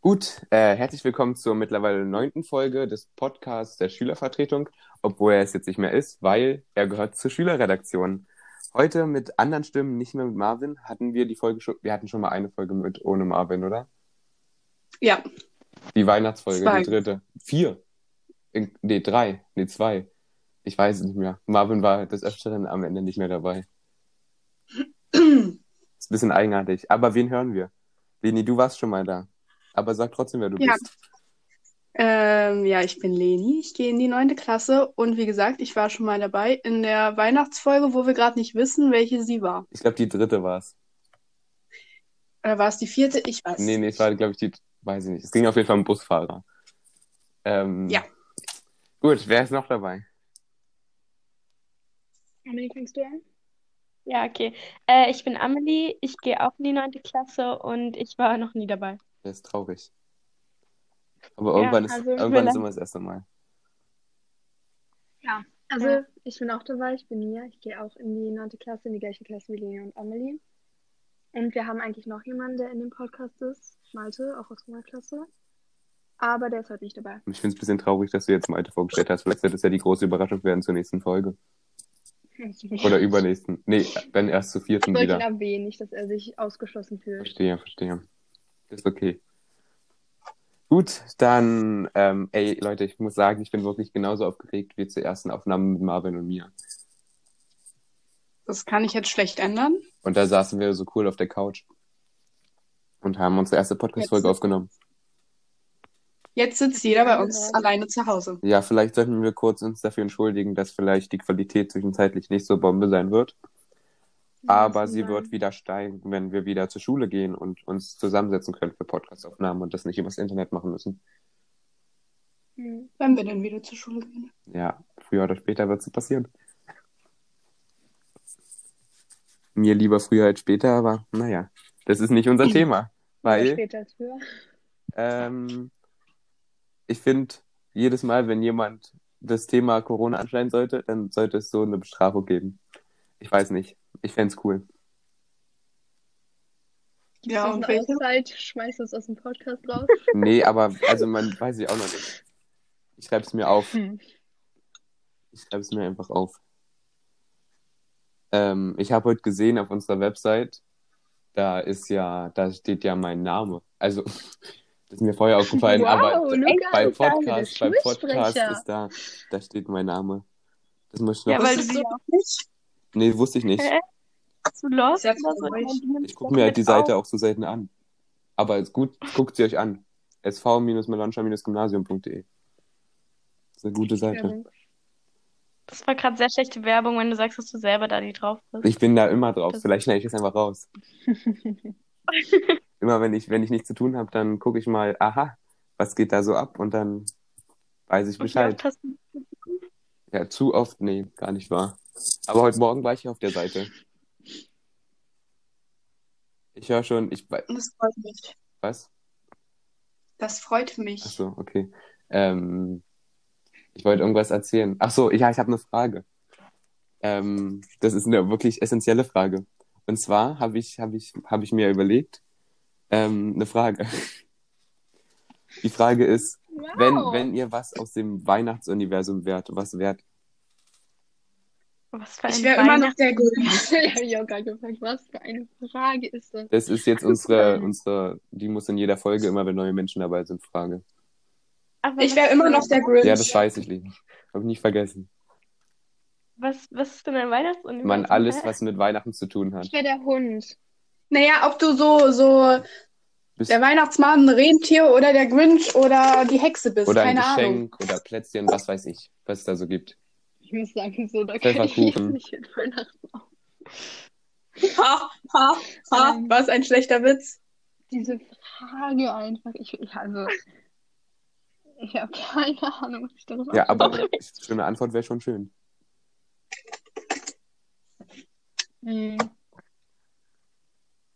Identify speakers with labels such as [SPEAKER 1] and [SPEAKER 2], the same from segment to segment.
[SPEAKER 1] Gut, äh, herzlich willkommen zur mittlerweile neunten Folge des Podcasts der Schülervertretung, obwohl er es jetzt nicht mehr ist, weil er gehört zur Schülerredaktion. Heute mit anderen Stimmen, nicht mehr mit Marvin, hatten wir die Folge schon, wir hatten schon mal eine Folge mit ohne Marvin, oder?
[SPEAKER 2] Ja,
[SPEAKER 1] Die Weihnachtsfolge,
[SPEAKER 2] Zwei.
[SPEAKER 1] die dritte. Vier. In, nee, drei. Nee, zwei. Ich weiß es nicht mehr. Marvin war des Öfteren am Ende nicht mehr dabei.
[SPEAKER 2] Ähm,
[SPEAKER 1] Ist ein bisschen eigenartig. Aber wen hören wir? Leni, du warst schon mal da. Aber sag trotzdem, wer du
[SPEAKER 2] Ja.
[SPEAKER 1] bist.
[SPEAKER 2] ähm, ja, ich bin Leni, ich gehe in die neunte Klasse und wie gesagt, ich war schon mal dabei in der Weihnachtsfolge, wo wir gerade nicht wissen, welche sie war.
[SPEAKER 1] Ich glaube, die dritte war es.
[SPEAKER 2] Oder war es die vierte? Ich weiß.
[SPEAKER 1] Nee, nee, es war, glaube ich, die. Weiß ich nicht. Es ging auf jeden Fall um Busfahrer. Ähm,
[SPEAKER 2] Ja.
[SPEAKER 1] Gut, wer ist noch dabei?
[SPEAKER 3] Amelie, fängst du an? Ja, okay. Äh, ich bin Amelie, ich gehe auch in die neunte Klasse und ich war noch nie dabei.
[SPEAKER 1] Der ist traurig. Aber
[SPEAKER 3] Ja,
[SPEAKER 1] irgendwann ist,
[SPEAKER 3] also
[SPEAKER 1] irgendwann ist
[SPEAKER 3] vielleicht-
[SPEAKER 1] immer das erste Mal.
[SPEAKER 4] Also,
[SPEAKER 3] Ja.
[SPEAKER 4] ich bin auch dabei, ich bin Nia, ich gehe auch in die 9. Klasse, in die gleiche Klasse wie Lena und Amelie. Und wir haben eigentlich noch jemanden, der in dem Podcast ist, Malte, auch aus meiner Klasse. Aber der ist heute nicht dabei.
[SPEAKER 1] Ich finde es ein bisschen traurig, dass du jetzt Malte vorgestellt hast. Vielleicht wird es ja die große Überraschung werden zur nächsten Folge. Oder übernächsten. Nee, dann erst zur
[SPEAKER 4] Ich
[SPEAKER 1] vierten
[SPEAKER 4] wollte genau ihn
[SPEAKER 1] wieder.
[SPEAKER 4] erwähnen, nicht, dass er sich ausgeschlossen fühlt.
[SPEAKER 1] Verstehe, verstehe. Ist okay. Gut, dann, ähm, ey, Leute, ich muss sagen, ich bin wirklich genauso aufgeregt wie zur ersten Aufnahme mit Marvin und mir.
[SPEAKER 2] Das kann ich jetzt schlecht ändern.
[SPEAKER 1] Und da saßen wir so cool auf der Couch und haben unsere erste Podcast-Folge
[SPEAKER 2] Jetzt-
[SPEAKER 1] aufgenommen.
[SPEAKER 2] Jetzt sitzt jeder bei uns
[SPEAKER 4] Genau.
[SPEAKER 2] alleine zu Hause.
[SPEAKER 1] Ja, vielleicht sollten wir kurz uns dafür entschuldigen, dass vielleicht die Qualität zwischenzeitlich nicht so Bombe sein wird. Aber sie wird wieder steigen, wenn wir wieder zur Schule gehen und uns zusammensetzen können für Podcastaufnahmen und das nicht übers Internet machen müssen.
[SPEAKER 4] Hm.
[SPEAKER 2] Wenn wir dann wieder zur Schule gehen.
[SPEAKER 1] Ja, früher oder später wird es passieren. Mir lieber früher als später, aber naja, das ist nicht unser Thema.
[SPEAKER 4] Weil...
[SPEAKER 1] Weil
[SPEAKER 4] Später als früher.
[SPEAKER 1] ähm, ich finde, jedes Mal, wenn jemand das Thema Corona anschneiden sollte, dann sollte es so eine Bestrafung geben. Ich weiß nicht. Ich fänd's cool.
[SPEAKER 2] Ja, und welche?
[SPEAKER 4] Auszeit, schmeißt uns aus dem Podcast raus.
[SPEAKER 1] Nee, aber also man weiß ich auch noch nicht. Ich schreibe es mir auf.
[SPEAKER 4] Hm.
[SPEAKER 1] Ich schreibe es mir einfach auf. Ähm, ich habe heute gesehen auf unserer Website, da ist ja, da steht ja mein Name. Also, das ist mir vorher aufgefallen,
[SPEAKER 4] Wow,
[SPEAKER 1] aber
[SPEAKER 4] Lukas,
[SPEAKER 1] beim
[SPEAKER 4] da haben wir
[SPEAKER 1] Podcast, beim
[SPEAKER 4] den
[SPEAKER 1] Podcast
[SPEAKER 4] Schulsprecher.
[SPEAKER 1] ist da, da steht mein Name. Das muss ich noch.
[SPEAKER 3] Ja, weil du
[SPEAKER 2] Wusstest
[SPEAKER 3] sie
[SPEAKER 2] du
[SPEAKER 3] auch
[SPEAKER 1] nee, wusste ich nicht.
[SPEAKER 3] Hä? zu lost
[SPEAKER 2] Sehr
[SPEAKER 3] oder so.
[SPEAKER 2] traurig.
[SPEAKER 3] Ich meine, du nimmst
[SPEAKER 1] Ich gucke
[SPEAKER 3] das
[SPEAKER 1] mir
[SPEAKER 3] mit
[SPEAKER 1] halt die Seite
[SPEAKER 3] auf.
[SPEAKER 1] auch so selten an. Aber ist gut, guckt sie euch an. sv-melancha-gymnasium.de. Ist eine gute Seite.
[SPEAKER 4] Werbung.
[SPEAKER 3] Das war gerade sehr schlechte Werbung, wenn du sagst, dass du selber da nicht drauf bist.
[SPEAKER 1] Ich bin da immer drauf.
[SPEAKER 3] Das-
[SPEAKER 1] Vielleicht schneide ich das einfach raus. immer wenn ich, wenn ich nichts zu tun habe, dann gucke ich mal, aha, was geht da so ab? Und dann weiß ich
[SPEAKER 3] Und wie oft
[SPEAKER 1] Bescheid.
[SPEAKER 3] hast du-
[SPEAKER 1] Ja, zu oft, nee, gar nicht wahr. Aber heute Morgen war ich auf der Seite. Ich höre schon, ich wei-
[SPEAKER 2] Das freut mich.
[SPEAKER 1] was?
[SPEAKER 2] Das freut mich.
[SPEAKER 1] Ach so, okay. Ähm, ich wollte irgendwas erzählen. Ach so, ja, ich habe eine Frage. Ähm, das ist eine wirklich essentielle Frage. Und zwar habe ich, hab ich, hab ich mir überlegt, ähm, eine Frage. Die Frage ist, wenn,
[SPEAKER 4] Wow.
[SPEAKER 1] wenn ihr was aus dem Weihnachtsuniversum wärt, was wärt?
[SPEAKER 3] Was für ein
[SPEAKER 2] Ich wäre immer noch
[SPEAKER 3] Weihnacht-
[SPEAKER 2] der Grinch.
[SPEAKER 4] Ich habe mich auch gerade gefragt, was für eine Frage ist das?
[SPEAKER 1] Das ist jetzt unsere,
[SPEAKER 4] Nein.
[SPEAKER 1] unsere, die muss in jeder Folge immer, wenn neue Menschen dabei sind, Frage.
[SPEAKER 3] Aber
[SPEAKER 2] Ich
[SPEAKER 3] was
[SPEAKER 2] wäre
[SPEAKER 3] ist
[SPEAKER 2] immer
[SPEAKER 3] denn-
[SPEAKER 2] noch der Grinch.
[SPEAKER 1] Ja, das weiß ich, Leni. Habe ich nicht vergessen.
[SPEAKER 3] Was, was ist denn ein Weihnachtsuniversum?
[SPEAKER 1] Man, alles,
[SPEAKER 3] Hä?
[SPEAKER 1] was mit Weihnachten zu tun hat.
[SPEAKER 4] Ich wäre der Hund.
[SPEAKER 2] Naja, ob du so, so
[SPEAKER 1] Bist-
[SPEAKER 2] der Weihnachtsmann, ein Rentier oder der Grinch oder die Hexe bist,
[SPEAKER 1] Oder ein
[SPEAKER 2] keine Ahnung.
[SPEAKER 1] Geschenk oder Plätzchen, was weiß ich, was es da so gibt.
[SPEAKER 4] Ich muss sagen, so, da kann ich jetzt
[SPEAKER 1] Pfefferkuchen.
[SPEAKER 4] nicht mit Weihnachten auf.
[SPEAKER 2] Ha, ha, ha.
[SPEAKER 3] Ah,
[SPEAKER 4] Ähm.
[SPEAKER 2] Was ein schlechter Witz.
[SPEAKER 4] Diese Frage einfach. Ich, ich also, ich habe keine Ahnung, was ich darüber
[SPEAKER 1] Ja, aber so eine Antwort wäre schon schön.
[SPEAKER 4] Hm,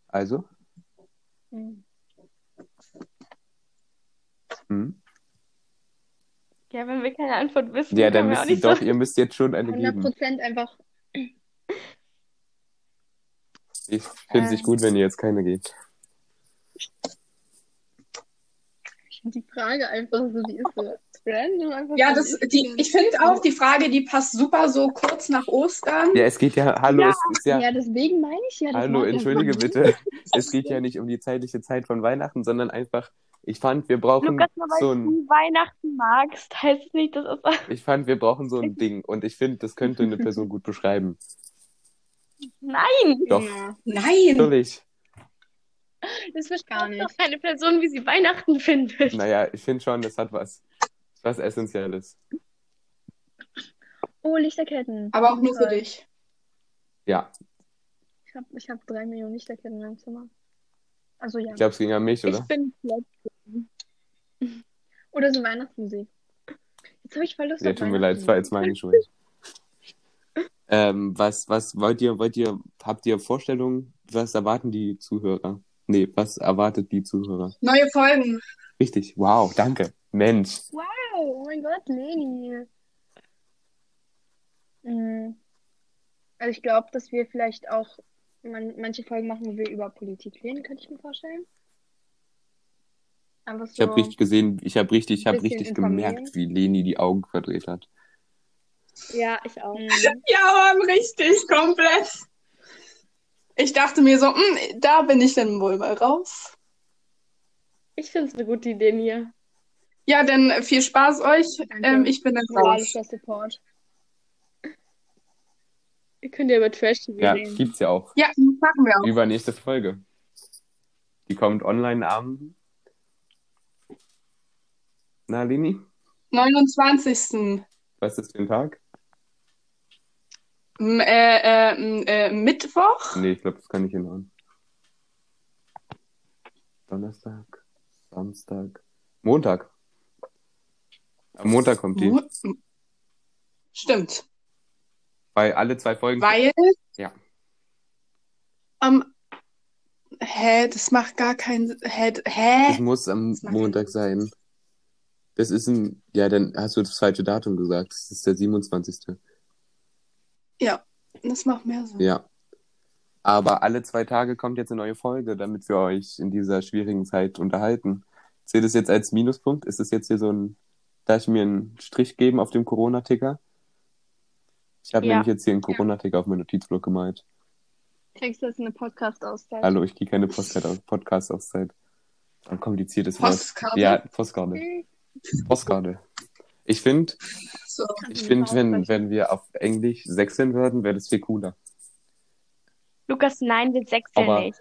[SPEAKER 1] Also,
[SPEAKER 4] hm.
[SPEAKER 1] hm?
[SPEAKER 3] Ja, wenn wir keine Antwort wissen,
[SPEAKER 1] ja, dann
[SPEAKER 3] können wir auch
[SPEAKER 1] müsst ihr
[SPEAKER 3] nicht
[SPEAKER 1] doch,
[SPEAKER 3] so.
[SPEAKER 1] ihr müsst jetzt schon eine geben.
[SPEAKER 4] 100% einfach.
[SPEAKER 1] Ich finde es nicht gut, wenn ihr jetzt keine gebt.
[SPEAKER 4] Die Frage einfach so, die ist so random einfach.
[SPEAKER 2] Ja,
[SPEAKER 4] so,
[SPEAKER 2] das,
[SPEAKER 4] ist
[SPEAKER 2] die,
[SPEAKER 4] denn-
[SPEAKER 2] ich finde auch die Frage, die passt super so kurz nach Ostern.
[SPEAKER 1] Ja, es geht ja, hallo,
[SPEAKER 3] Ja.
[SPEAKER 1] es ist ja,
[SPEAKER 4] Ja, deswegen meine ich ja. das
[SPEAKER 1] hallo,
[SPEAKER 4] macht ja
[SPEAKER 1] entschuldige
[SPEAKER 4] Sinn.
[SPEAKER 1] bitte. Es geht ja nicht um die zeitliche Zeit von Weihnachten, sondern einfach, ich fand, wir brauchen
[SPEAKER 3] Lukas, nur weil
[SPEAKER 1] so ein,
[SPEAKER 3] du Weihnachten magst, heißt es nicht, dass es.
[SPEAKER 1] ich fand, wir brauchen so ein Ding und ich finde, das könnte eine Person gut beschreiben.
[SPEAKER 3] Nein!
[SPEAKER 1] Doch,
[SPEAKER 4] Ja,
[SPEAKER 2] Nein!
[SPEAKER 1] natürlich.
[SPEAKER 4] das wird gar
[SPEAKER 3] Das ist
[SPEAKER 4] nicht.
[SPEAKER 3] doch keine Person, wie sie Weihnachten findet.
[SPEAKER 1] Naja, ich finde schon, das hat was. Was Essentielles.
[SPEAKER 4] Oh, Lichterketten.
[SPEAKER 2] Aber auch nur für
[SPEAKER 4] Toll.
[SPEAKER 2] dich.
[SPEAKER 1] Ja,
[SPEAKER 4] Ich habe ich hab drei Millionen Lichterketten in meinem Zimmer. Also ja.
[SPEAKER 1] ich glaube, es ging an mich,
[SPEAKER 4] Ich
[SPEAKER 1] oder?
[SPEAKER 4] bin Plätzchen. Oder so Weihnachtsmusik. Jetzt habe ich voll Lust
[SPEAKER 1] Ja,
[SPEAKER 4] auf
[SPEAKER 1] tut mir leid, es war jetzt
[SPEAKER 4] Weihnachtsmusik.
[SPEAKER 1] meine Schuld. ähm, was, was wollt ihr, wollt ihr, habt ihr Vorstellungen, was erwarten die Zuhörer? Nee, was erwartet die Zuhörer?
[SPEAKER 2] Neue Folgen.
[SPEAKER 1] Richtig, wow, danke. Mensch.
[SPEAKER 4] Oh, oh mein Gott, Leni. Mhm. Also ich glaube, dass wir vielleicht auch man, manche Folgen machen, wo wir über Politik reden, könnte ich mir vorstellen. Einfach
[SPEAKER 1] Ich habe
[SPEAKER 4] so.
[SPEAKER 1] richtig gesehen, ich habe richtig, ich habe
[SPEAKER 4] Bisschen
[SPEAKER 1] richtig
[SPEAKER 4] informieren.
[SPEAKER 1] gemerkt, wie Leni die Augen verdreht hat.
[SPEAKER 3] Ja, ich auch.
[SPEAKER 4] Mhm.
[SPEAKER 2] Ja, Mann, richtig, komplett. Ich dachte mir so, hm, da bin ich denn wohl mal raus.
[SPEAKER 3] Ich finde es eine gute Idee, Nia.
[SPEAKER 2] Ja, dann äh, viel Spaß euch.
[SPEAKER 4] Danke.
[SPEAKER 2] Ähm, ich bin dann raus.
[SPEAKER 4] Moralischer Support.
[SPEAKER 3] Ihr könnt ja über Trash-TV
[SPEAKER 1] Ja,
[SPEAKER 3] reden.
[SPEAKER 1] gibt's ja auch.
[SPEAKER 2] Ja, machen wir auch.
[SPEAKER 1] Übernächste Folge. Die kommt online am. Na, Leni,
[SPEAKER 2] 29.
[SPEAKER 1] was ist für ein Tag?
[SPEAKER 2] M äh, äh, m äh, Mittwoch?
[SPEAKER 1] Nee, ich glaube, das kann ich hinhauen. Donnerstag, Samstag, Montag. Am Montag kommt die.
[SPEAKER 2] Mo- m- Stimmt.
[SPEAKER 1] Weil alle zwei Folgen.
[SPEAKER 2] Weil.
[SPEAKER 1] Ja.
[SPEAKER 2] Am. Hä, das macht gar keinen. Hä?
[SPEAKER 1] Das
[SPEAKER 2] hä?
[SPEAKER 1] muss am
[SPEAKER 2] Das macht
[SPEAKER 1] Montag sein. Das ist ein. Ja, dann hast du das falsche Datum gesagt. Das ist der 27.
[SPEAKER 2] Das macht mehr Sinn.
[SPEAKER 1] Ja. Aber alle zwei Tage kommt jetzt eine neue Folge, damit wir euch in dieser schwierigen Zeit unterhalten. Zählt es jetzt als Minuspunkt? Ist es jetzt hier so ein. Darf ich mir einen Strich geben auf dem Corona-Ticker? Ich habe
[SPEAKER 3] Ja.
[SPEAKER 1] nämlich jetzt hier einen Corona-Ticker auf meinen Notizblock gemalt.
[SPEAKER 4] Kriegst du jetzt eine Podcast-Auszeit?
[SPEAKER 1] Hallo, ich gehe keine Podcast- Podcast-Auszeit. Ein kompliziertes
[SPEAKER 2] Postkarte?
[SPEAKER 1] Wort. Ja, Postkarte.
[SPEAKER 4] Mhm.
[SPEAKER 1] Postkarte. Ich finde,
[SPEAKER 2] So.
[SPEAKER 4] Kannst
[SPEAKER 1] Ich
[SPEAKER 4] du nicht
[SPEAKER 1] finde, wenn,
[SPEAKER 4] aussprechen.
[SPEAKER 1] wenn wir auf Englisch sechseln würden, wäre das viel cooler.
[SPEAKER 3] Lukas, nein, wir sechseln
[SPEAKER 1] Aber-
[SPEAKER 3] nicht.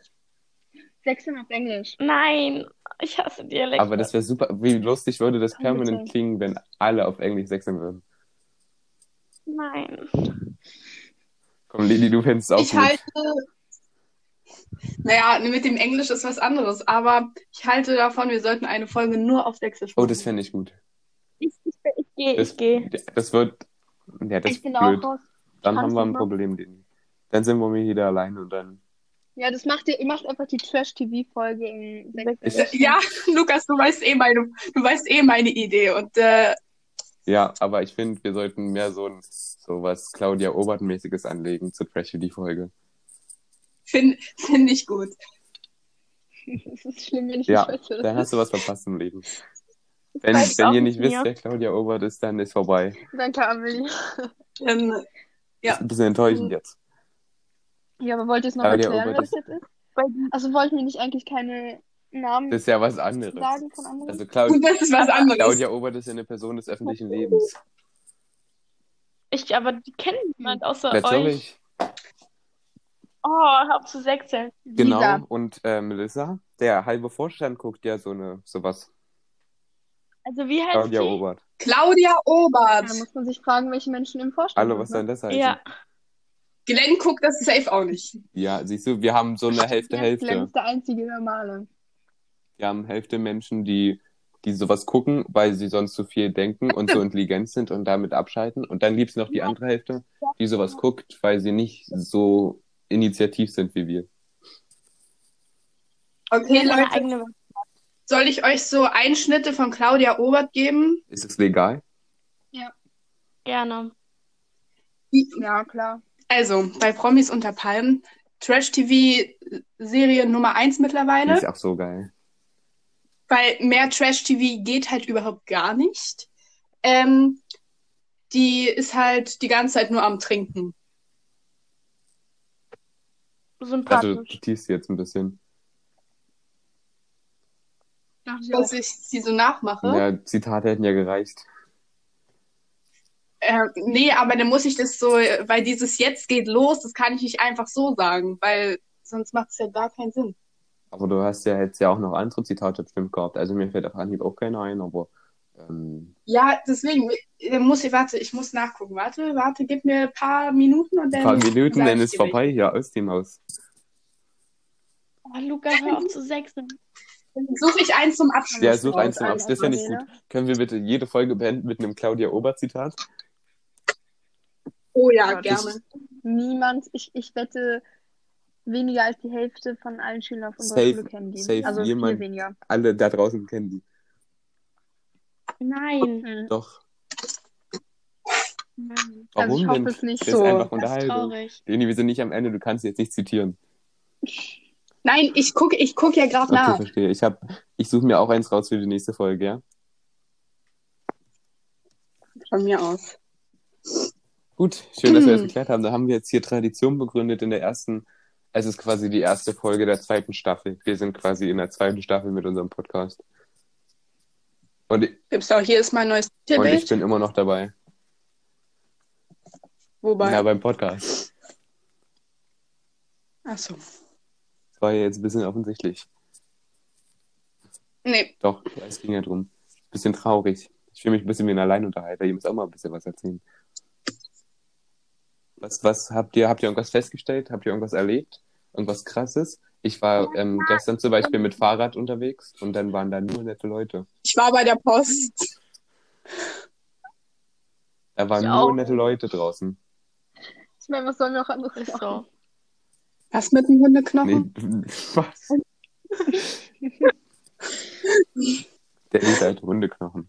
[SPEAKER 4] Sechsen auf Englisch.
[SPEAKER 3] Nein, ich hasse Dialekte.
[SPEAKER 1] Aber das wäre super. Wie lustig würde das
[SPEAKER 4] Komm, bitte.
[SPEAKER 1] permanent klingen, wenn alle auf Englisch sechseln würden.
[SPEAKER 3] Nein.
[SPEAKER 1] Komm, Lili, du findest es auch
[SPEAKER 2] Ich halt-
[SPEAKER 1] gut.
[SPEAKER 2] halte. Naja, mit dem Englisch ist was anderes, aber ich halte davon, wir sollten eine Folge nur auf Sächsisch
[SPEAKER 1] Oh,
[SPEAKER 2] machen.
[SPEAKER 1] das fände ich gut.
[SPEAKER 3] Ich, ich, ich gehe,
[SPEAKER 1] Das-
[SPEAKER 3] ich gehe.
[SPEAKER 1] Das wird. Ja, das
[SPEAKER 4] Ich
[SPEAKER 1] ist
[SPEAKER 4] bin auch
[SPEAKER 1] blöd.
[SPEAKER 4] raus.
[SPEAKER 1] Dann haben
[SPEAKER 4] Kannst
[SPEAKER 1] wir
[SPEAKER 4] du
[SPEAKER 1] ein
[SPEAKER 4] mal-
[SPEAKER 1] Problem, Lili. Dann sind wir wieder allein und dann.
[SPEAKER 4] Ja, das macht ihr, ihr macht einfach die Trash-TV-Folge in
[SPEAKER 1] Ich,
[SPEAKER 4] Sächsisch.
[SPEAKER 2] Ja, Lukas, du weißt eh meine, du weißt eh meine Idee und äh,
[SPEAKER 1] ja, aber ich finde, wir sollten mehr so ein so was Claudia Obert-mäßiges anlegen zu Trashy die Folge.
[SPEAKER 2] finde find ich gut.
[SPEAKER 4] Es ist schlimm, wenn ich
[SPEAKER 1] Ja,
[SPEAKER 4] nicht weiß,
[SPEAKER 1] Dann
[SPEAKER 4] was
[SPEAKER 1] hast du was verpasst im Leben. Wenn,
[SPEAKER 3] weiß
[SPEAKER 1] wenn
[SPEAKER 3] auch
[SPEAKER 1] ihr
[SPEAKER 3] nicht
[SPEAKER 1] nicht wisst,
[SPEAKER 3] mehr.
[SPEAKER 1] wer Claudia Obert ist, dann ist vorbei.
[SPEAKER 4] Danke, Amelie.
[SPEAKER 2] Dann, Ja.
[SPEAKER 1] Ist ein bisschen enttäuschend
[SPEAKER 2] Mhm.
[SPEAKER 1] jetzt.
[SPEAKER 4] Ja, aber wollt ihr es noch
[SPEAKER 1] Aber der
[SPEAKER 4] erklären, wer
[SPEAKER 1] Obert
[SPEAKER 4] das jetzt ist? Weil, also wollten wir nicht eigentlich keine Namen
[SPEAKER 1] Das ist ja was anderes.
[SPEAKER 4] sagen von anderen?
[SPEAKER 1] Also Claud
[SPEAKER 2] Und das ist was anderes.
[SPEAKER 1] Claudia Obert ist ja eine Person des öffentlichen Lebens.
[SPEAKER 3] Ich, aber die kennen niemand außer euch.
[SPEAKER 1] Natürlich.
[SPEAKER 3] Oh, hör auf zu sechseln.
[SPEAKER 1] Genau.
[SPEAKER 4] Lisa.
[SPEAKER 1] Und äh, Melissa, der halbe Vorstand guckt ja so eine sowas.
[SPEAKER 3] Also wie heißt
[SPEAKER 1] Claudia
[SPEAKER 3] die?
[SPEAKER 1] Obert.
[SPEAKER 2] Claudia
[SPEAKER 4] Da
[SPEAKER 2] Obert.
[SPEAKER 4] muss man sich fragen, welche Menschen im Vorstand
[SPEAKER 1] Hallo, was soll
[SPEAKER 4] sind. ne?
[SPEAKER 1] das heißen?
[SPEAKER 3] Ja,
[SPEAKER 1] Ja.
[SPEAKER 2] Glenn guckt das safe auch nicht.
[SPEAKER 1] siehst du, wir haben so eine Hälfte,
[SPEAKER 4] Ja, Glenn
[SPEAKER 1] Hälfte.
[SPEAKER 4] ist der einzige Normale.
[SPEAKER 1] Wir haben Hälfte Menschen, die, die sowas gucken, weil sie sonst zu viel denken und so intelligent sind und damit abschalten. Und dann gibt's noch die andere Hälfte, die sowas guckt, weil sie nicht so initiativ sind wie wir.
[SPEAKER 2] Okay,
[SPEAKER 3] meine
[SPEAKER 2] Leute,
[SPEAKER 3] eigene.
[SPEAKER 2] soll ich euch so Einschnitte von Claudia Obert geben?
[SPEAKER 1] Ist es legal?
[SPEAKER 3] Gerne.
[SPEAKER 4] Ja, klar.
[SPEAKER 2] Also, bei Promis unter Palmen, Trash-TV-Serie Nummer 1 mittlerweile.
[SPEAKER 1] Ist auch so geil.
[SPEAKER 2] weil mehr Trash-TV geht halt überhaupt gar nicht. Ähm, die ist halt die ganze Zeit nur am Trinken.
[SPEAKER 3] Sympathisch.
[SPEAKER 1] Also, du tiefst jetzt ein bisschen.
[SPEAKER 4] Dachte
[SPEAKER 5] Oh,
[SPEAKER 4] ich auch.
[SPEAKER 2] Dass ich sie so nachmache.
[SPEAKER 1] Ja, Zitate hätten ja gereicht.
[SPEAKER 2] Ähm, nee, aber dann muss ich das so, äh, weil dieses Jetzt geht los, das kann ich nicht einfach so sagen, weil sonst macht es ja gar keinen Sinn.
[SPEAKER 1] Aber du hast ja jetzt ja auch noch andere Zitate bestimmt gehabt. Also mir fällt auf Anhieb auch keiner ein, aber ähm,
[SPEAKER 2] Ja, deswegen, äh, dann muss ich, warte, ich muss nachgucken. Warte, warte, gib mir ein paar Minuten und
[SPEAKER 1] ein
[SPEAKER 2] dann.
[SPEAKER 1] paar Minuten,
[SPEAKER 2] sag
[SPEAKER 1] dann
[SPEAKER 2] ich
[SPEAKER 1] ist
[SPEAKER 2] dir
[SPEAKER 1] vorbei hier aus dem Haus.
[SPEAKER 3] Oh, Luca, hör auf zu sechsen.
[SPEAKER 2] welche. Suche ich eins zum Abschluss.
[SPEAKER 1] Ja, such
[SPEAKER 2] raus.
[SPEAKER 1] eins zum
[SPEAKER 2] Also,
[SPEAKER 1] Abschluss. Das ist ja nicht gut. Können wir bitte jede Folge beenden mit einem Claudia Ober-Zitat?
[SPEAKER 2] Oh ja,
[SPEAKER 4] Ja, das-
[SPEAKER 2] gerne.
[SPEAKER 4] Niemand, ich, ich wette, weniger als die Hälfte von allen Schülern auf unserer
[SPEAKER 1] Safe-
[SPEAKER 4] Schule kennen die.
[SPEAKER 1] safe
[SPEAKER 4] also
[SPEAKER 1] jemand.
[SPEAKER 4] viel weniger.
[SPEAKER 1] Alle da draußen kennen die.
[SPEAKER 3] Nein.
[SPEAKER 4] Mhm.
[SPEAKER 1] Doch.
[SPEAKER 3] Mann,
[SPEAKER 1] Warum
[SPEAKER 4] Also ich hoffe
[SPEAKER 1] denn?
[SPEAKER 4] es nicht
[SPEAKER 1] das
[SPEAKER 4] so.
[SPEAKER 1] ist einfach
[SPEAKER 3] das ist
[SPEAKER 1] Unterhaltung.
[SPEAKER 3] traurig.
[SPEAKER 1] Leni, wir sind nicht am Ende, du kannst jetzt nicht zitieren.
[SPEAKER 2] Nein, ich gucke ich guck ja gerade
[SPEAKER 1] Okay,
[SPEAKER 2] nach.
[SPEAKER 1] verstehe. Ich, hab- ich suche mir auch eins raus für die nächste Folge, ja?
[SPEAKER 2] Von mir aus.
[SPEAKER 1] Gut, schön, dass wir das
[SPEAKER 2] Mhm.
[SPEAKER 1] geklärt haben. Da haben wir jetzt hier Tradition begründet in der ersten. Es ist quasi die erste Folge der zweiten Staffel. Wir sind quasi in der zweiten Staffel mit unserem Podcast. Und,
[SPEAKER 2] Gibt's auch hier ist mein neues
[SPEAKER 1] und ich
[SPEAKER 2] Tierbild.
[SPEAKER 1] bin immer noch dabei.
[SPEAKER 2] Wobei.
[SPEAKER 1] Ja, beim Podcast.
[SPEAKER 2] Achso.
[SPEAKER 1] Das war ja jetzt ein bisschen offensichtlich.
[SPEAKER 2] Nee,
[SPEAKER 1] Doch, es ging ja drum. Bisschen traurig. Ich fühle mich ein bisschen wie ein Alleinunterhalter. Ihr müsst auch mal ein bisschen was erzählen. Was, was habt ihr, habt ihr irgendwas festgestellt? Habt ihr irgendwas erlebt? Irgendwas krasses? Ich war ähm, gestern zum Beispiel mit Fahrrad unterwegs und dann waren da nur nette Leute.
[SPEAKER 2] ich war bei der Post.
[SPEAKER 1] Da waren
[SPEAKER 3] Ich
[SPEAKER 1] nur
[SPEAKER 3] auch.
[SPEAKER 1] nette Leute draußen.
[SPEAKER 4] Ich meine, was sollen wir auch anderes
[SPEAKER 3] Ist
[SPEAKER 4] machen?
[SPEAKER 3] so.
[SPEAKER 2] Was mit dem
[SPEAKER 1] Nee,
[SPEAKER 2] Hundeknochen?
[SPEAKER 1] was? Der ist halt Hundeknochen.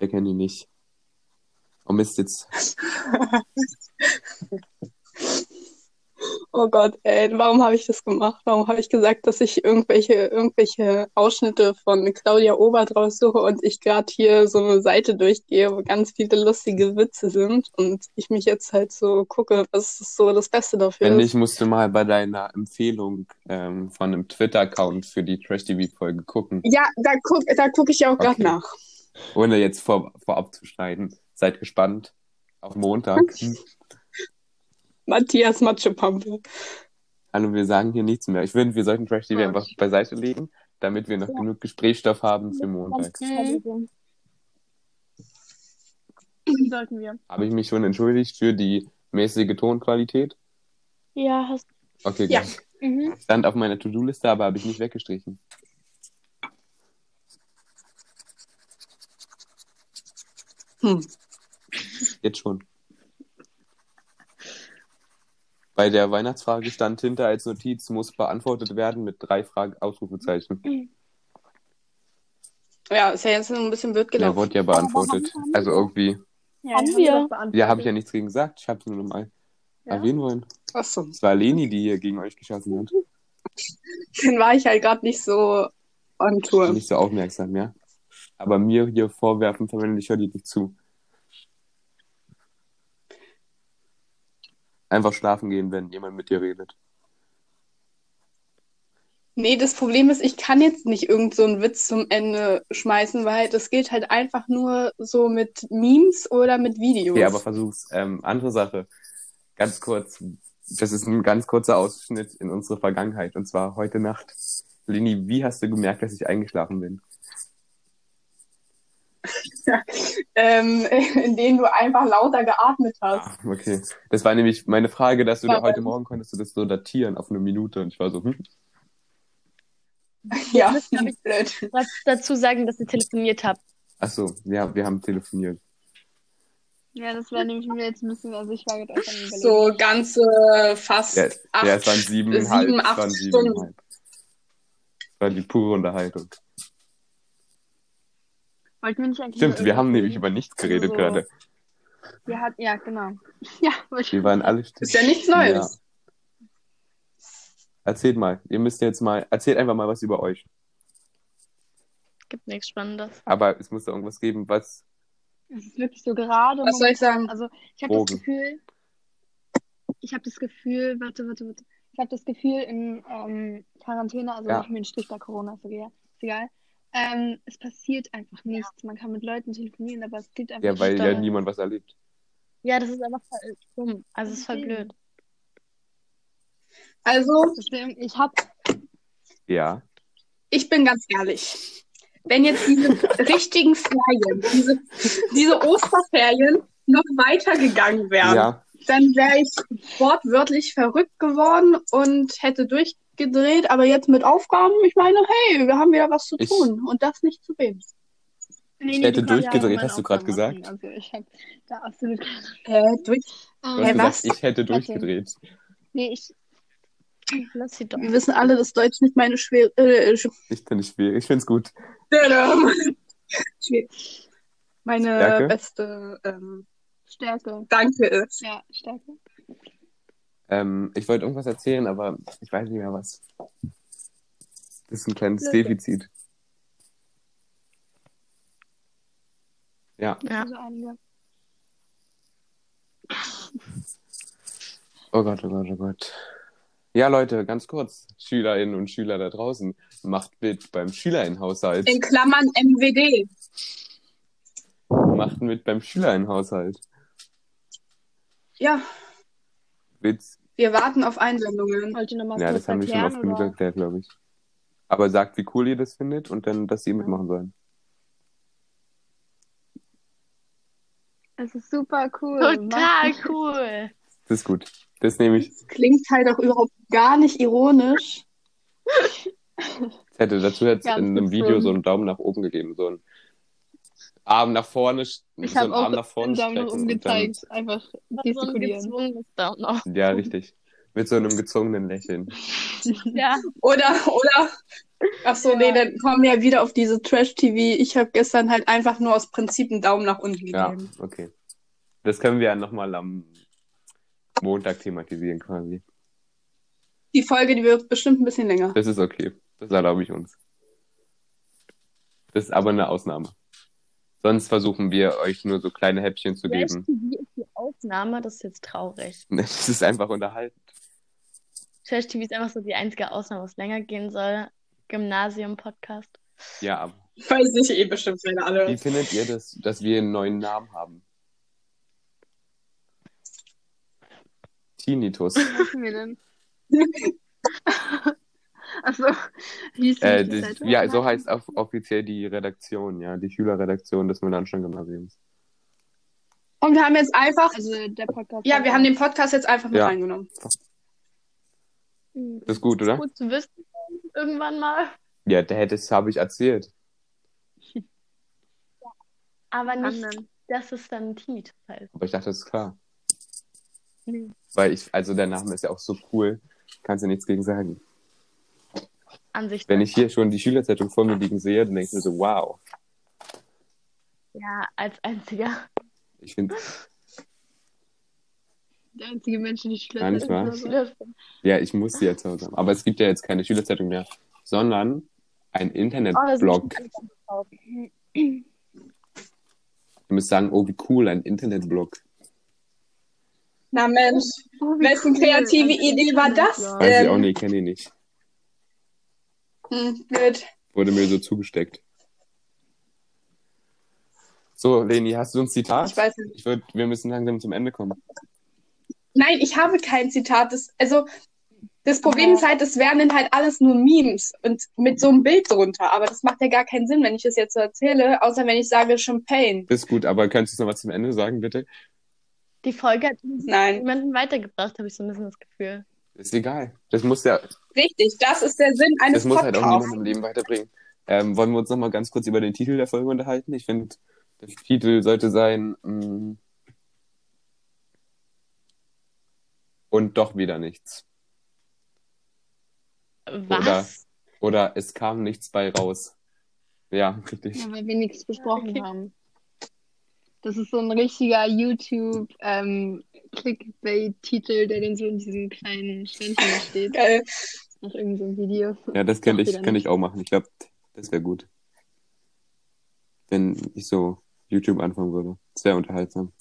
[SPEAKER 1] Der kennt ihn nicht. Oh Mist, jetzt
[SPEAKER 2] Oh Gott, ey, warum habe ich das gemacht? Warum habe ich gesagt, dass ich irgendwelche, irgendwelche Ausschnitte von Claudia Obert raussuche und ich gerade hier so eine Seite durchgehe, wo ganz viele lustige Witze sind und ich mich jetzt halt so gucke, was ist so das Beste dafür
[SPEAKER 1] Wenn
[SPEAKER 2] ist.
[SPEAKER 1] nicht, musst du mal bei deiner Empfehlung ähm, von einem Twitter-Account für die Trash-TV-Folge gucken,
[SPEAKER 2] Ja, da guck, da gucke ich ja auch gerade
[SPEAKER 1] Okay.
[SPEAKER 2] nach.
[SPEAKER 1] ohne jetzt vor, vorab zu schneiden. Seid gespannt. Auf Montag.
[SPEAKER 2] Matthias Matschepampe.
[SPEAKER 1] Hallo, wir sagen hier nichts mehr. Ich finde, wir sollten Trash-TV
[SPEAKER 4] Gut.
[SPEAKER 1] einfach beiseite legen, damit wir noch genug Gesprächsstoff haben für Montag.
[SPEAKER 4] Mhm. Sollten wir.
[SPEAKER 1] Habe ich mich schon entschuldigt für die mäßige Tonqualität?
[SPEAKER 3] Ja, hast
[SPEAKER 1] Okay,
[SPEAKER 2] Ja.
[SPEAKER 1] gut.
[SPEAKER 4] Mhm.
[SPEAKER 1] Stand auf meiner To-Do-Liste, aber habe ich nicht weggestrichen.
[SPEAKER 2] Hm.
[SPEAKER 1] Jetzt schon. Bei der Weihnachtsfrage stand hinter als Notiz, muss beantwortet werden mit drei Frage Ausrufezeichen.
[SPEAKER 2] Ja, ist ja jetzt ein bisschen blöd
[SPEAKER 1] Der
[SPEAKER 2] gelaufen.
[SPEAKER 1] wurde ja beantwortet. Also irgendwie.
[SPEAKER 4] Ja,
[SPEAKER 3] Haben
[SPEAKER 4] die
[SPEAKER 3] wir.
[SPEAKER 4] doch beantwortet.
[SPEAKER 1] Ja, habe ich ja nichts gegen gesagt. Ich habe es nur noch mal
[SPEAKER 4] Ja.
[SPEAKER 1] erwähnen wollen.
[SPEAKER 2] Achso.
[SPEAKER 1] Es war Leni, die hier gegen euch geschossen hat.
[SPEAKER 2] Dann war ich halt gerade nicht so on Tour.
[SPEAKER 1] Nicht so aufmerksam, ja. Aber mir hier vorwerfen, verwende ich höre die nicht zu. Einfach schlafen gehen, wenn jemand mit dir redet.
[SPEAKER 2] Nee, das Problem ist, ich kann jetzt nicht irgend so einen Witz zum Ende schmeißen, weil das geht halt einfach nur so mit Memes oder mit Videos.
[SPEAKER 1] Okay, aber versuch's. Ähm, andere Sache. Ganz kurz. Das ist ein ganz kurzer Ausschnitt in unsere Vergangenheit. Und zwar heute Nacht. Leni, wie hast du gemerkt, dass ich eingeschlafen bin?
[SPEAKER 2] ähm, in denen du einfach lauter geatmet hast.
[SPEAKER 1] Ah, okay. Das war nämlich meine Frage, dass du
[SPEAKER 2] Warum?
[SPEAKER 1] heute Morgen konntest du das so datieren auf eine Minute. Und ich war so, hm,
[SPEAKER 2] Ja,
[SPEAKER 3] Das hab ich-
[SPEAKER 2] blöd.
[SPEAKER 3] was dazu sagen, dass ihr telefoniert habt.
[SPEAKER 1] ach so, ja, wir haben telefoniert.
[SPEAKER 4] Ja, das wäre nämlich mir jetzt ein bisschen, also ich war gerade auch schon überlegen.
[SPEAKER 2] So ganze fast
[SPEAKER 1] Ja,
[SPEAKER 2] acht,
[SPEAKER 1] ja es waren sieben,
[SPEAKER 2] sieben,
[SPEAKER 1] halb, es
[SPEAKER 2] acht
[SPEAKER 1] waren
[SPEAKER 2] Stunden.
[SPEAKER 1] halb. Es war die pure Unterhaltung.
[SPEAKER 4] Wollten wir nicht eigentlich
[SPEAKER 1] Stimmt,
[SPEAKER 4] über
[SPEAKER 1] wir haben
[SPEAKER 4] irgendwas
[SPEAKER 1] nämlich über nichts
[SPEAKER 4] Also
[SPEAKER 1] geredet
[SPEAKER 4] so-
[SPEAKER 1] gerade.
[SPEAKER 4] reden? Wir hatten, ja, genau. Ja,
[SPEAKER 1] Wir waren alle still.
[SPEAKER 2] Ist ja nichts Neues.
[SPEAKER 1] Erzählt mal. Ihr müsst jetzt mal, erzählt einfach mal was über euch.
[SPEAKER 5] Gibt nichts Spannendes.
[SPEAKER 1] Aber es muss da irgendwas geben, was.
[SPEAKER 4] Es ist wirklich so gerade.
[SPEAKER 2] Was soll ich sagen?
[SPEAKER 4] Also ich habe das
[SPEAKER 1] Drogen.
[SPEAKER 4] Gefühl, ich habe das Gefühl, warte, warte, warte. Ich habe das Gefühl, in ähm, Quarantäne, also
[SPEAKER 1] Ja.
[SPEAKER 4] nicht mehr ein Strich da Corona, ist egal. Ist egal. Ähm, es passiert einfach nichts. Man kann mit Leuten telefonieren, aber es gibt einfach
[SPEAKER 1] Ja, weil ja
[SPEAKER 5] Stimmt.
[SPEAKER 1] niemand was erlebt.
[SPEAKER 5] Ja, das ist einfach voll dumm. Also, es ist voll blöd.
[SPEAKER 2] Also,
[SPEAKER 4] Deswegen, ich habe
[SPEAKER 1] Ja.
[SPEAKER 2] ich bin ganz ehrlich. Wenn jetzt diese richtigen Ferien, diese, diese Osterferien noch weitergegangen wären,
[SPEAKER 1] Ja.
[SPEAKER 2] dann wäre ich wortwörtlich verrückt geworden und hätte durchgedreht. Aber jetzt mit Aufgaben, ich meine, hey, wir haben wieder was zu
[SPEAKER 1] Ich-
[SPEAKER 2] tun und das nicht zu wenig.
[SPEAKER 4] nee,
[SPEAKER 1] hätte
[SPEAKER 4] du kannst ja
[SPEAKER 1] durchgedreht,
[SPEAKER 4] meine
[SPEAKER 1] hast du grad
[SPEAKER 4] Aufgaben machen. Also ich habe da absolut keine.
[SPEAKER 2] Äh, durch,
[SPEAKER 1] Du
[SPEAKER 4] Ähm,
[SPEAKER 1] hast
[SPEAKER 2] Hä,
[SPEAKER 1] gesagt,
[SPEAKER 2] was?
[SPEAKER 1] ich hätte
[SPEAKER 4] Warte.
[SPEAKER 1] durchgedreht.
[SPEAKER 4] nee, ich,
[SPEAKER 5] Lass sie doch.
[SPEAKER 2] wir wissen alle, dass Deutsch nicht meine schwere. Äh, sch-
[SPEAKER 1] Ich finde es schwierig. Ich finde es gut.
[SPEAKER 2] Schwer- meine
[SPEAKER 1] Stärke?
[SPEAKER 2] beste ähm,
[SPEAKER 4] Stärke.
[SPEAKER 2] Danke ist.
[SPEAKER 4] Ja, Stärke.
[SPEAKER 1] Ähm, ich wollte irgendwas erzählen, aber ich weiß nicht mehr was. Das ist ein kleines
[SPEAKER 4] Blödsinn.
[SPEAKER 1] Defizit. Ja.
[SPEAKER 5] Ja.
[SPEAKER 4] Also einige.
[SPEAKER 1] Oh Gott, oh Gott, oh Gott. Ja, Leute, ganz kurz. Schülerinnen und Schüler da draußen, macht mit beim Schülerinnenhaushalt.
[SPEAKER 2] In Klammern MWD.
[SPEAKER 1] Macht mit beim Schülerinnenhaushalt.
[SPEAKER 2] Ja,
[SPEAKER 1] Witz.
[SPEAKER 2] wir warten auf Einsendungen.
[SPEAKER 4] Wollt ihr nochmal
[SPEAKER 1] Ja, das haben wir schon oft genug erklärt, glaube ich. Aber sagt, wie cool ihr das findet und dann, dass sie mitmachen sollen.
[SPEAKER 4] Es ist super cool.
[SPEAKER 5] Total cool.
[SPEAKER 1] Das ist gut. Das nehme ich.
[SPEAKER 2] Das klingt halt auch überhaupt gar nicht ironisch.
[SPEAKER 1] Ich hätte dazu jetzt
[SPEAKER 4] Ganz
[SPEAKER 1] in einem
[SPEAKER 4] gezogen.
[SPEAKER 1] Video so einen Daumen nach oben gegeben, so einen Arm nach vorne, st-
[SPEAKER 4] Ich
[SPEAKER 1] so
[SPEAKER 4] hab
[SPEAKER 1] einen
[SPEAKER 4] auch
[SPEAKER 1] Arm nach vorne
[SPEAKER 4] Daumen
[SPEAKER 1] strecken.
[SPEAKER 4] nach oben
[SPEAKER 1] und dann,
[SPEAKER 2] halt
[SPEAKER 4] gezeigt. Einfach
[SPEAKER 5] So ein
[SPEAKER 4] gestikulieren.
[SPEAKER 5] gezwungenes Daumen auf.
[SPEAKER 1] ja, richtig. Mit so einem gezwungenen Lächeln.
[SPEAKER 5] Ja.
[SPEAKER 2] Oder, oder. Ach so,
[SPEAKER 4] Ja.
[SPEAKER 2] nee, dann kommen wir wieder auf diese Trash-TV. Ich habe gestern halt einfach nur aus Prinzip einen Daumen nach unten
[SPEAKER 1] Ja,
[SPEAKER 2] gegeben.
[SPEAKER 1] okay. Das können wir ja nochmal am Montag thematisieren quasi.
[SPEAKER 2] Die Folge, die wird bestimmt ein bisschen länger.
[SPEAKER 1] Das ist okay. Das erlaube ich uns. Das ist aber eine Ausnahme. Sonst versuchen wir euch nur so kleine Häppchen zu
[SPEAKER 5] Trash
[SPEAKER 1] geben.
[SPEAKER 5] TV ist die Ausnahme, das ist jetzt traurig.
[SPEAKER 1] Das ist einfach unterhalten.
[SPEAKER 5] Trash TV ist einfach so die einzige Ausnahme, was länger gehen soll. Gymnasium-Podcast.
[SPEAKER 1] Ja, aber
[SPEAKER 2] Weil sich eh bestimmt wieder alle.
[SPEAKER 1] wie findet ihr das, dass wir einen neuen Namen haben? Tinnitus.
[SPEAKER 4] Was machen wir denn? Achso, hieß die
[SPEAKER 1] Äh,
[SPEAKER 4] nicht die
[SPEAKER 1] das,
[SPEAKER 4] Seite?
[SPEAKER 1] ja, so heißt auch offiziell die Redaktion, ja, die Schülerredaktion des Melanchthon-Gymnasiums.
[SPEAKER 2] Und wir haben jetzt einfach.
[SPEAKER 4] Also der Podcast.
[SPEAKER 2] Ja, wir haben den Podcast jetzt einfach mit
[SPEAKER 1] Ja.
[SPEAKER 2] reingenommen.
[SPEAKER 5] Mhm.
[SPEAKER 4] Hm,
[SPEAKER 1] Das ist gut, oder?
[SPEAKER 5] Gut zu wissen, irgendwann mal.
[SPEAKER 1] Ja, der- das habe ich erzählt.
[SPEAKER 5] Aber nicht,
[SPEAKER 4] anderen.
[SPEAKER 5] dass es dann Tinnitus heißt.
[SPEAKER 1] Aber ich dachte, das ist klar.
[SPEAKER 5] Nee.
[SPEAKER 1] Weil ich, also der Name ist ja auch so cool. Kannst du nichts gegen sagen.
[SPEAKER 5] An sich.
[SPEAKER 1] Wenn ich hier schon die Schülerzeitung vor mir liegen sehe, dann denke ich mir so, wow.
[SPEAKER 5] Ja, als einziger.
[SPEAKER 1] Ich finde,
[SPEAKER 4] Der einzige Mensch, der die
[SPEAKER 1] Ja, nicht wahr?
[SPEAKER 4] Schlüssel
[SPEAKER 1] ja, ich muss die jetzt zu Hause haben. Aber es gibt ja jetzt keine Schülerzeitung mehr, sondern
[SPEAKER 5] Oh,
[SPEAKER 1] ein
[SPEAKER 5] da sind
[SPEAKER 1] Internetblog.
[SPEAKER 5] schon alle drauf.
[SPEAKER 1] Ihr müsst sagen, oh, wie cool, ein Internetblog.
[SPEAKER 2] Na Mensch,
[SPEAKER 4] Oh, wie
[SPEAKER 2] wessen
[SPEAKER 4] cool.
[SPEAKER 2] kreative
[SPEAKER 4] Also,
[SPEAKER 2] Idee war das?
[SPEAKER 4] Ja.
[SPEAKER 1] Weiß ich
[SPEAKER 2] Ähm.
[SPEAKER 1] auch nicht, kenne ich nicht.
[SPEAKER 2] Hm, blöd.
[SPEAKER 1] Wurde mir so zugesteckt. So, Leni, hast du ein Zitat?
[SPEAKER 2] Ich weiß nicht.
[SPEAKER 1] Ich würd, wir müssen langsam zum Ende kommen.
[SPEAKER 2] Nein, ich habe kein Zitat. Das, also, das Problem ist halt, es werden dann halt alles nur Memes und mit so einem Bild drunter. Aber das macht ja gar keinen Sinn, wenn ich das jetzt so erzähle, außer wenn ich sage Champagne.
[SPEAKER 1] Das ist gut, aber könntest du es nochmal zum Ende sagen, bitte?
[SPEAKER 5] Die Folge hat
[SPEAKER 2] Nein,
[SPEAKER 5] niemanden weitergebracht, habe ich so ein bisschen das Gefühl.
[SPEAKER 1] Ist egal. Das muss ja,
[SPEAKER 2] richtig. Das ist der Sinn eines
[SPEAKER 1] das muss halt
[SPEAKER 2] Podcasts.
[SPEAKER 1] auch niemand im Leben weiterbringen. Ähm, wollen wir uns nochmal ganz kurz über den Titel der Folge unterhalten? Ich finde, der Titel sollte sein. mm, und doch wieder nichts.
[SPEAKER 5] Was?
[SPEAKER 1] Oder es kam nichts bei raus. Ja, richtig.
[SPEAKER 4] Ja, weil wir nichts besprochen
[SPEAKER 5] Okay.
[SPEAKER 4] haben. Das ist so ein richtiger ähm, YouTube-Clickbait-Titel, der dann so in diesem kleinen Ständchen da steht.
[SPEAKER 2] Geil.
[SPEAKER 4] Nach irgendeinem Video.
[SPEAKER 1] Ja, das könnte
[SPEAKER 4] Doch,
[SPEAKER 1] ich,
[SPEAKER 4] wieder
[SPEAKER 1] könnte
[SPEAKER 4] nicht.
[SPEAKER 1] ich auch machen. Ich glaube, das wäre gut. Wenn ich so YouTube anfangen würde. Das wäre unterhaltsam.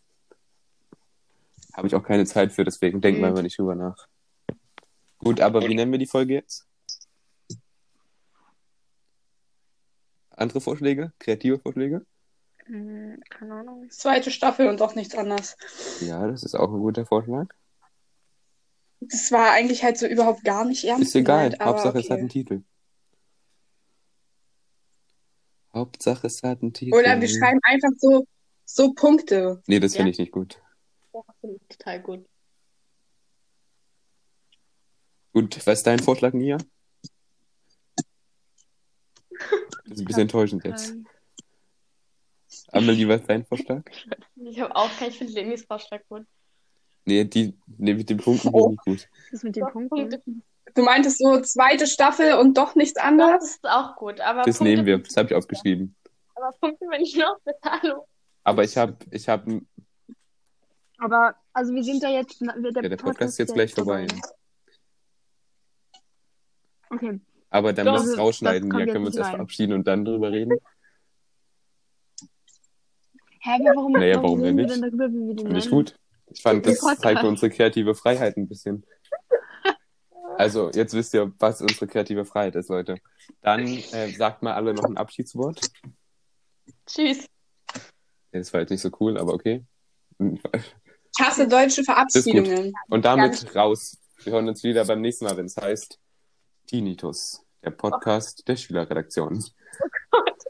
[SPEAKER 1] Habe ich auch keine Zeit für, deswegen denken wir
[SPEAKER 2] Hm.
[SPEAKER 5] Mhm.
[SPEAKER 1] einfach nicht drüber nach. Gut, aber wie nennen wir die Folge jetzt? Andere Vorschläge? Kreative Vorschläge?
[SPEAKER 4] Hm, keine Ahnung.
[SPEAKER 2] Zweite Staffel und auch nichts anderes.
[SPEAKER 1] Ja, das ist auch ein guter Vorschlag.
[SPEAKER 2] Das war eigentlich halt so überhaupt gar nicht ernst.
[SPEAKER 1] Ist egal.
[SPEAKER 2] gemeint, aber
[SPEAKER 1] Hauptsache, es
[SPEAKER 2] okay.
[SPEAKER 1] hat einen Titel. Hauptsache, es hat einen Titel. ne?
[SPEAKER 2] Oder wir schreiben einfach so, so Punkte.
[SPEAKER 1] Nee, das
[SPEAKER 5] Ja.
[SPEAKER 1] finde ich nicht gut.
[SPEAKER 5] Total gut.
[SPEAKER 1] Gut, was ist dein Vorschlag, Nia? Das ist ein bisschen enttäuschend jetzt.
[SPEAKER 4] Ähm,
[SPEAKER 1] Amelie, was ist dein Vorschlag?
[SPEAKER 5] Ich habe auch keinen, ich finde Lenis Vorschlag gut.
[SPEAKER 1] Nee, die, nee mit den Punkten
[SPEAKER 2] Oh.
[SPEAKER 1] bin ich nicht gut.
[SPEAKER 4] das mit den Punkten.
[SPEAKER 2] Du meintest so zweite Staffel und doch nichts
[SPEAKER 5] Doch,
[SPEAKER 2] anderes?
[SPEAKER 5] das ist auch gut, aber
[SPEAKER 1] Das
[SPEAKER 5] Punkte
[SPEAKER 1] nehmen wir,
[SPEAKER 5] sind-
[SPEAKER 1] das habe ich aufgeschrieben.
[SPEAKER 5] Aber Punkte bin ich noch mit Hallo.
[SPEAKER 1] Aber ich habe, ich habe,
[SPEAKER 4] Aber, also wir sind da jetzt. na, wir- Der,
[SPEAKER 1] ja, der Podcast ist jetzt
[SPEAKER 4] ja
[SPEAKER 1] gleich vorbei.
[SPEAKER 4] Okay.
[SPEAKER 1] Aber dann
[SPEAKER 5] Doch,
[SPEAKER 1] müssen wir es
[SPEAKER 4] das
[SPEAKER 1] rausschneiden,
[SPEAKER 4] kommt
[SPEAKER 1] ja,
[SPEAKER 4] jetzt
[SPEAKER 1] können wir uns
[SPEAKER 4] nicht
[SPEAKER 1] erst
[SPEAKER 4] rein.
[SPEAKER 1] verabschieden und dann drüber reden.
[SPEAKER 4] Hä, wir- warum,
[SPEAKER 1] Naja, warum
[SPEAKER 4] warum
[SPEAKER 1] denn
[SPEAKER 4] reden wir
[SPEAKER 1] nicht?
[SPEAKER 4] denn darüber, wie wir den
[SPEAKER 1] Finde ich
[SPEAKER 4] nennen?
[SPEAKER 1] gut. Ich fand, das
[SPEAKER 4] Podcast.
[SPEAKER 1] zeigt unsere kreative Freiheit ein bisschen. Also, jetzt wisst ihr, was unsere kreative Freiheit ist, Leute. Dann äh, sagt mal alle noch ein Abschiedswort.
[SPEAKER 5] Tschüss.
[SPEAKER 1] Ja, Das war jetzt nicht so cool, aber okay. Hm, Und
[SPEAKER 2] Ich hasse deutsche Verabschiedungen.
[SPEAKER 1] damit raus. Wir hören uns wieder beim nächsten Mal, wenn es heißt Tinnitus, der Podcast der Schülerredaktion.